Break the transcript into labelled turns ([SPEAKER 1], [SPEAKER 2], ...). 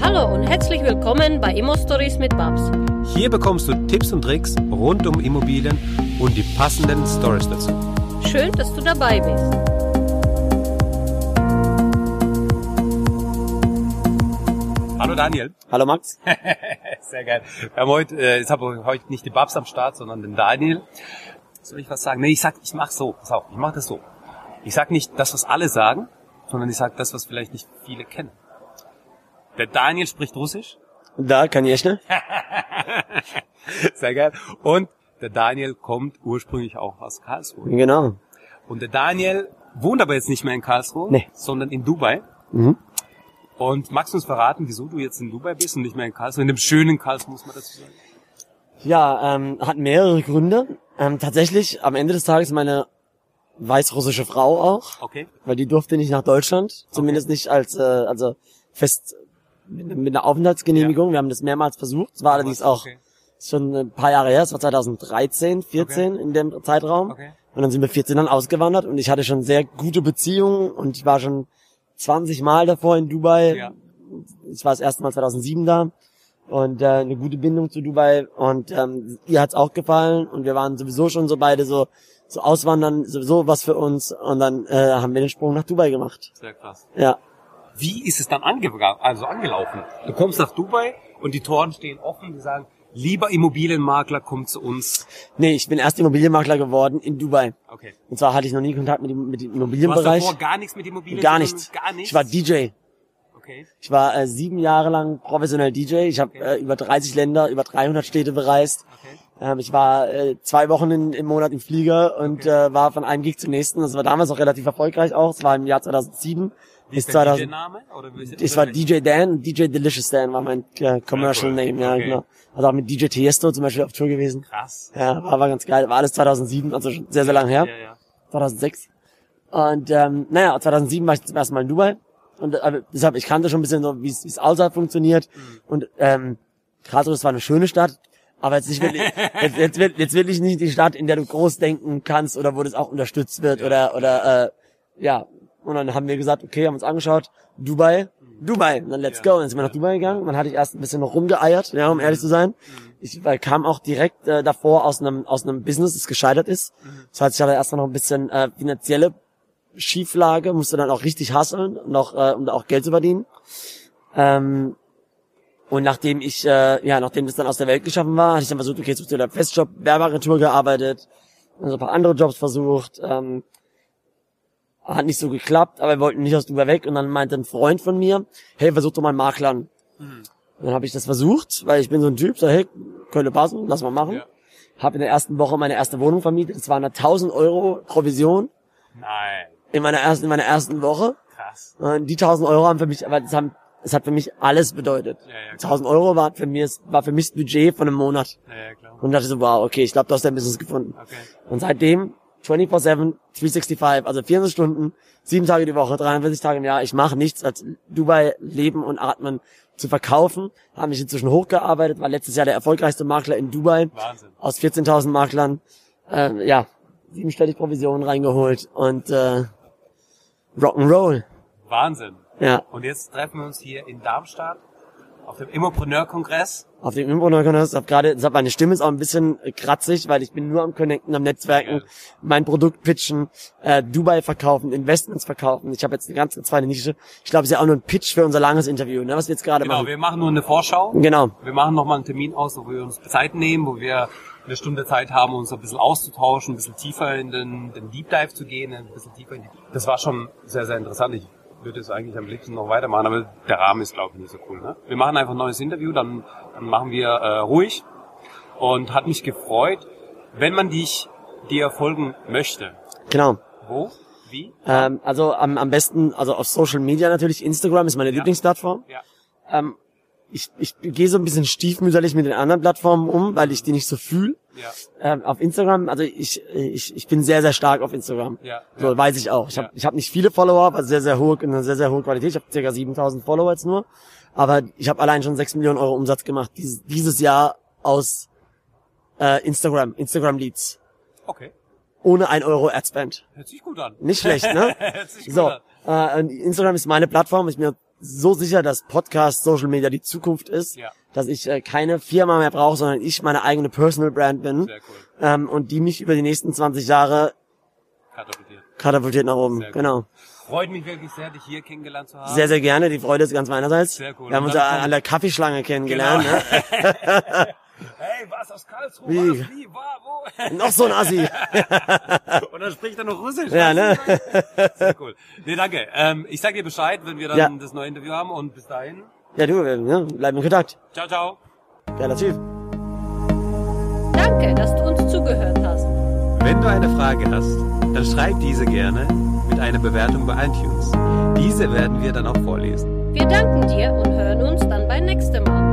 [SPEAKER 1] Hallo und herzlich willkommen bei Immo Stories mit Babs.
[SPEAKER 2] Hier bekommst du Tipps und Tricks rund um Immobilien und die passenden Stories dazu.
[SPEAKER 1] Schön, dass du dabei bist.
[SPEAKER 2] Hallo Daniel.
[SPEAKER 3] Hallo Max.
[SPEAKER 2] Sehr geil. Wir haben heute, äh, jetzt habe ich heute nicht die Babs am Start, sondern den Daniel. Soll ich was sagen? Nee, ich sag, ich mach so. Pass auf, ich mach das so. Ich sag nicht das, was alle sagen, sondern ich sag das, was vielleicht nicht viele kennen. Der Daniel spricht Russisch.
[SPEAKER 3] Da kann ich, ne?
[SPEAKER 2] Sehr geil. Und der Daniel kommt ursprünglich auch aus Karlsruhe.
[SPEAKER 3] Genau.
[SPEAKER 2] Und der Daniel wohnt aber jetzt nicht mehr in Karlsruhe,
[SPEAKER 3] Nee.
[SPEAKER 2] sondern in Dubai.
[SPEAKER 3] Mhm.
[SPEAKER 2] Und magst du uns verraten, wieso du jetzt in Dubai bist und nicht mehr in Karlsruhe? In dem schönen Karlsruhe muss man dazu sagen.
[SPEAKER 3] Ja, ähm, hat mehrere Gründe. Ähm, tatsächlich am Ende des Tages meine weißrussische Frau auch,
[SPEAKER 2] Okay.
[SPEAKER 3] weil die durfte nicht nach Deutschland, zumindest nicht als äh, also fest mit mit einer Aufenthaltsgenehmigung. Wir haben das mehrmals versucht. Es war allerdings auch
[SPEAKER 2] Okay.
[SPEAKER 3] schon ein paar Jahre her. Es war 2013, 14 in dem Zeitraum.
[SPEAKER 2] Okay.
[SPEAKER 3] Und dann sind wir 14 dann ausgewandert und ich hatte schon sehr gute Beziehungen und ich war schon 20 Mal davor in Dubai.
[SPEAKER 2] Ja.
[SPEAKER 3] Ich war das erste Mal 2007 da und äh, eine gute Bindung zu Dubai und ähm, ihr hat's auch gefallen und wir waren sowieso schon so beide so so auswandern sowieso was für uns und dann äh, haben wir den Sprung nach Dubai gemacht.
[SPEAKER 2] Sehr krass.
[SPEAKER 3] Ja.
[SPEAKER 2] Wie ist es dann ange also angelaufen? Du kommst nach Dubai und die Toren stehen offen, die sagen, lieber Immobilienmakler, komm zu uns.
[SPEAKER 3] Nee, ich bin erst Immobilienmakler geworden in Dubai.
[SPEAKER 2] Okay.
[SPEAKER 3] Und zwar hatte ich noch nie Kontakt mit dem, mit
[SPEAKER 2] Du
[SPEAKER 3] dem
[SPEAKER 2] hast
[SPEAKER 3] Immobilienbereich.
[SPEAKER 2] davor gar nichts mit Immobilien
[SPEAKER 3] Gar
[SPEAKER 2] zu tun,
[SPEAKER 3] nichts.
[SPEAKER 2] Gar nichts.
[SPEAKER 3] Ich war DJ.
[SPEAKER 2] okay.
[SPEAKER 3] Ich war äh, sieben Jahre lang professionell DJ. Ich habe
[SPEAKER 2] Okay.
[SPEAKER 3] äh, über 30 Länder, über 300 Städte bereist.
[SPEAKER 2] Okay.
[SPEAKER 3] Ähm, ich war äh, zwei Wochen in, im Monat im Flieger und äh, war von einem Gig zum nächsten. Das war damals auch relativ erfolgreich auch. Es war im Jahr 2007
[SPEAKER 2] Wie
[SPEAKER 3] bis
[SPEAKER 2] ist der
[SPEAKER 3] 2000.
[SPEAKER 2] DJ-Name? Oder wie ist-
[SPEAKER 3] Ich war
[SPEAKER 2] oder-
[SPEAKER 3] DJ Dan, und DJ Delicious Dan war mein äh, Commercial
[SPEAKER 2] Ja, cool.
[SPEAKER 3] Name, ja
[SPEAKER 2] Okay.
[SPEAKER 3] genau. Also auch mit DJ Tiesto zum Beispiel auf Tour gewesen.
[SPEAKER 2] Krass.
[SPEAKER 3] Ja, war, war ganz geil. War alles 2007, also schon sehr, sehr lang her.
[SPEAKER 2] Ja, ja.
[SPEAKER 3] 2006. Und ähm, naja, 2007 war ich zum ersten Mal in Dubai. Und äh, deshalb, ich kannte schon ein bisschen so, wie es wie es außerhalb funktioniert. Und ähm, Karlsruhe, das war eine schöne Stadt. Aber jetzt nicht wirklich, jetzt, jetzt, wird- jetzt wirklich nicht die Stadt, in der du groß denken kannst oder wo das auch unterstützt wird oder oder äh, ja. Und dann haben wir gesagt, okay, haben uns angeschaut, Dubai, Dubai, und dann let's
[SPEAKER 2] Ja.
[SPEAKER 3] go. Und dann sind wir nach Dubai gegangen. Dann hatte ich erst ein bisschen noch rumgeeiert, ja, um ehrlich zu sein. Ich äh, kam auch direkt äh, davor aus einem aus einem Business, das gescheitert ist. Das heißt, ich hatte erst noch ein bisschen äh, finanzielle Schieflage, musste dann auch richtig hustlen, noch, äh, um da auch Geld zu verdienen. Ähm, und nachdem ich, äh, ja, nachdem das dann aus der Welt geschaffen war, hatte ich dann versucht, okay, jetzt habe ich in der Festjob, Werbeagentur gearbeitet, dann so ein paar andere Jobs versucht, ähm, hat nicht so geklappt, aber wir wollten nicht aus Dubai weg und dann meinte ein Freund von mir, hey, versuch doch mal einen Makler. an. Und Dann habe ich das versucht, weil ich bin so ein Typ, so hey, könnte passen, lass mal machen.
[SPEAKER 2] Ja.
[SPEAKER 3] Habe in der ersten Woche meine erste Wohnung vermietet, es war eine 1000 Euro Provision
[SPEAKER 2] Nein.
[SPEAKER 3] in meiner ersten, in meiner ersten Woche.
[SPEAKER 2] Krass.
[SPEAKER 3] Und die 1000 Euro haben für mich, aber das haben, es hat für mich alles bedeutet.
[SPEAKER 2] Ja, ja, klar.
[SPEAKER 3] 1000 Euro war für mich, war für mich das Budget von einem Monat.
[SPEAKER 2] Ja, ja, klar.
[SPEAKER 3] Und dachte so, wow, okay, ich glaube, du hast dein Business gefunden.
[SPEAKER 2] Okay.
[SPEAKER 3] Und seitdem 24-7, 365, also 24 Stunden, 7 Tage die Woche, 43 Tage im Jahr, ich mache nichts als Dubai leben und atmen zu verkaufen. Hab mich inzwischen hochgearbeitet, war letztes Jahr der erfolgreichste Makler in Dubai.
[SPEAKER 2] Wahnsinn.
[SPEAKER 3] Aus 14.000 Maklern, äh, ja, siebenstellig Provisionen reingeholt und äh, Rock'n'Roll.
[SPEAKER 2] Wahnsinn.
[SPEAKER 3] Ja,
[SPEAKER 2] Und jetzt treffen wir uns hier in Darmstadt auf dem Immopreneur-Kongress.
[SPEAKER 3] auf dem Imponor-Kongress, hab gerade, deshalb meine Stimme ist auch ein bisschen äh, kratzig, weil ich bin nur am Connecten, am Netzwerken,
[SPEAKER 2] Ja.
[SPEAKER 3] mein Produkt pitchen, äh, Dubai verkaufen, Investments verkaufen. Ich habe jetzt eine ganz ganz zweite Nische. Ich glaube, es ist ja auch nur ein Pitch für unser langes Interview, ne, was wir jetzt gerade
[SPEAKER 2] Genau,
[SPEAKER 3] machen.
[SPEAKER 2] wir machen nur eine Vorschau.
[SPEAKER 3] Genau.
[SPEAKER 2] Wir machen nochmal einen Termin aus, wo wir uns Zeit nehmen, wo wir eine Stunde Zeit haben, uns ein bisschen auszutauschen, ein bisschen tiefer in den, den Deep Dive zu gehen, ein bisschen tiefer in die... Das war schon sehr, sehr interessant. Ich würde es eigentlich am liebsten noch weitermachen, aber der Rahmen ist, glaube ich, nicht so cool. Ne? Wir machen einfach ein neues Interview, dann, dann machen wir äh, ruhig. Und hat mich gefreut, wenn man dich dir folgen möchte.
[SPEAKER 3] Genau.
[SPEAKER 2] Wo? Wie?
[SPEAKER 3] Ähm, also am, am besten, also auf Social Media natürlich, Instagram ist meine
[SPEAKER 2] Ja.
[SPEAKER 3] Lieblingsplattform.
[SPEAKER 2] Ja.
[SPEAKER 3] Ähm, ich ich gehe so ein bisschen stiefmütterlich mit den anderen Plattformen um, weil ich die nicht so fühle.
[SPEAKER 2] Ja.
[SPEAKER 3] Ähm, auf Instagram, also ich, ich, ich bin sehr, sehr stark auf Instagram.
[SPEAKER 2] Ja,
[SPEAKER 3] So
[SPEAKER 2] ja.
[SPEAKER 3] weiß ich auch. Ich habe
[SPEAKER 2] Ja.
[SPEAKER 3] ich hab nicht viele Follower, aber sehr, sehr hohe, eine sehr, sehr hohe Qualität. Ich habe ca. 7000 Follower jetzt nur. Aber ich habe allein schon 6 Millionen Euro Umsatz gemacht dieses, dieses Jahr aus äh, Instagram, Instagram Leads.
[SPEAKER 2] Okay.
[SPEAKER 3] Ohne 1 Euro Adspend.
[SPEAKER 2] Hört sich gut an.
[SPEAKER 3] Nicht schlecht, ne?
[SPEAKER 2] Hört sich gut
[SPEAKER 3] so,
[SPEAKER 2] an.
[SPEAKER 3] äh, und Instagram ist meine Plattform. Ich mir so sicher, dass Podcast, Social Media die Zukunft ist,
[SPEAKER 2] Ja.
[SPEAKER 3] dass ich äh, keine Firma mehr brauche, sondern ich meine eigene Personal Brand bin
[SPEAKER 2] Sehr cool.
[SPEAKER 3] ähm, und die mich über die nächsten 20 Jahre
[SPEAKER 2] Katapultiert.
[SPEAKER 3] katapultiert nach oben.
[SPEAKER 2] Sehr gut.
[SPEAKER 3] Genau.
[SPEAKER 2] Freut mich wirklich sehr, dich hier kennengelernt zu haben.
[SPEAKER 3] Sehr, sehr gerne. Die Freude ist ganz meinerseits.
[SPEAKER 2] Sehr cool.
[SPEAKER 3] Wir haben
[SPEAKER 2] Und
[SPEAKER 3] uns
[SPEAKER 2] dann
[SPEAKER 3] ja
[SPEAKER 2] kommt-
[SPEAKER 3] an der Kaffeeschlange kennengelernt.
[SPEAKER 2] Genau.
[SPEAKER 3] Ne?
[SPEAKER 2] Hey, was aus Karlsruhe?
[SPEAKER 3] Wie?
[SPEAKER 2] Was, wie, war,
[SPEAKER 3] ne? Noch so ein Assi.
[SPEAKER 2] wo? Und dann spricht er noch Russisch.
[SPEAKER 3] Ja, ne?
[SPEAKER 2] Weißt du, was ich meine? Sehr cool. Nee, danke. Ähm, ich sag dir Bescheid, wenn wir dann
[SPEAKER 3] Ja.
[SPEAKER 2] das neue Interview haben und bis dahin.
[SPEAKER 3] Ja, du, wir ne? bleiben in Kontakt.
[SPEAKER 2] Ciao, ciao.
[SPEAKER 3] Geiler Typ.
[SPEAKER 1] Danke, dass du uns zugehört hast.
[SPEAKER 2] Wenn du eine Frage hast, dann schreib diese gerne mit einer Bewertung bei iTunes. Diese werden wir dann auch vorlesen.
[SPEAKER 1] Wir danken dir und hören uns dann beim nächsten Mal.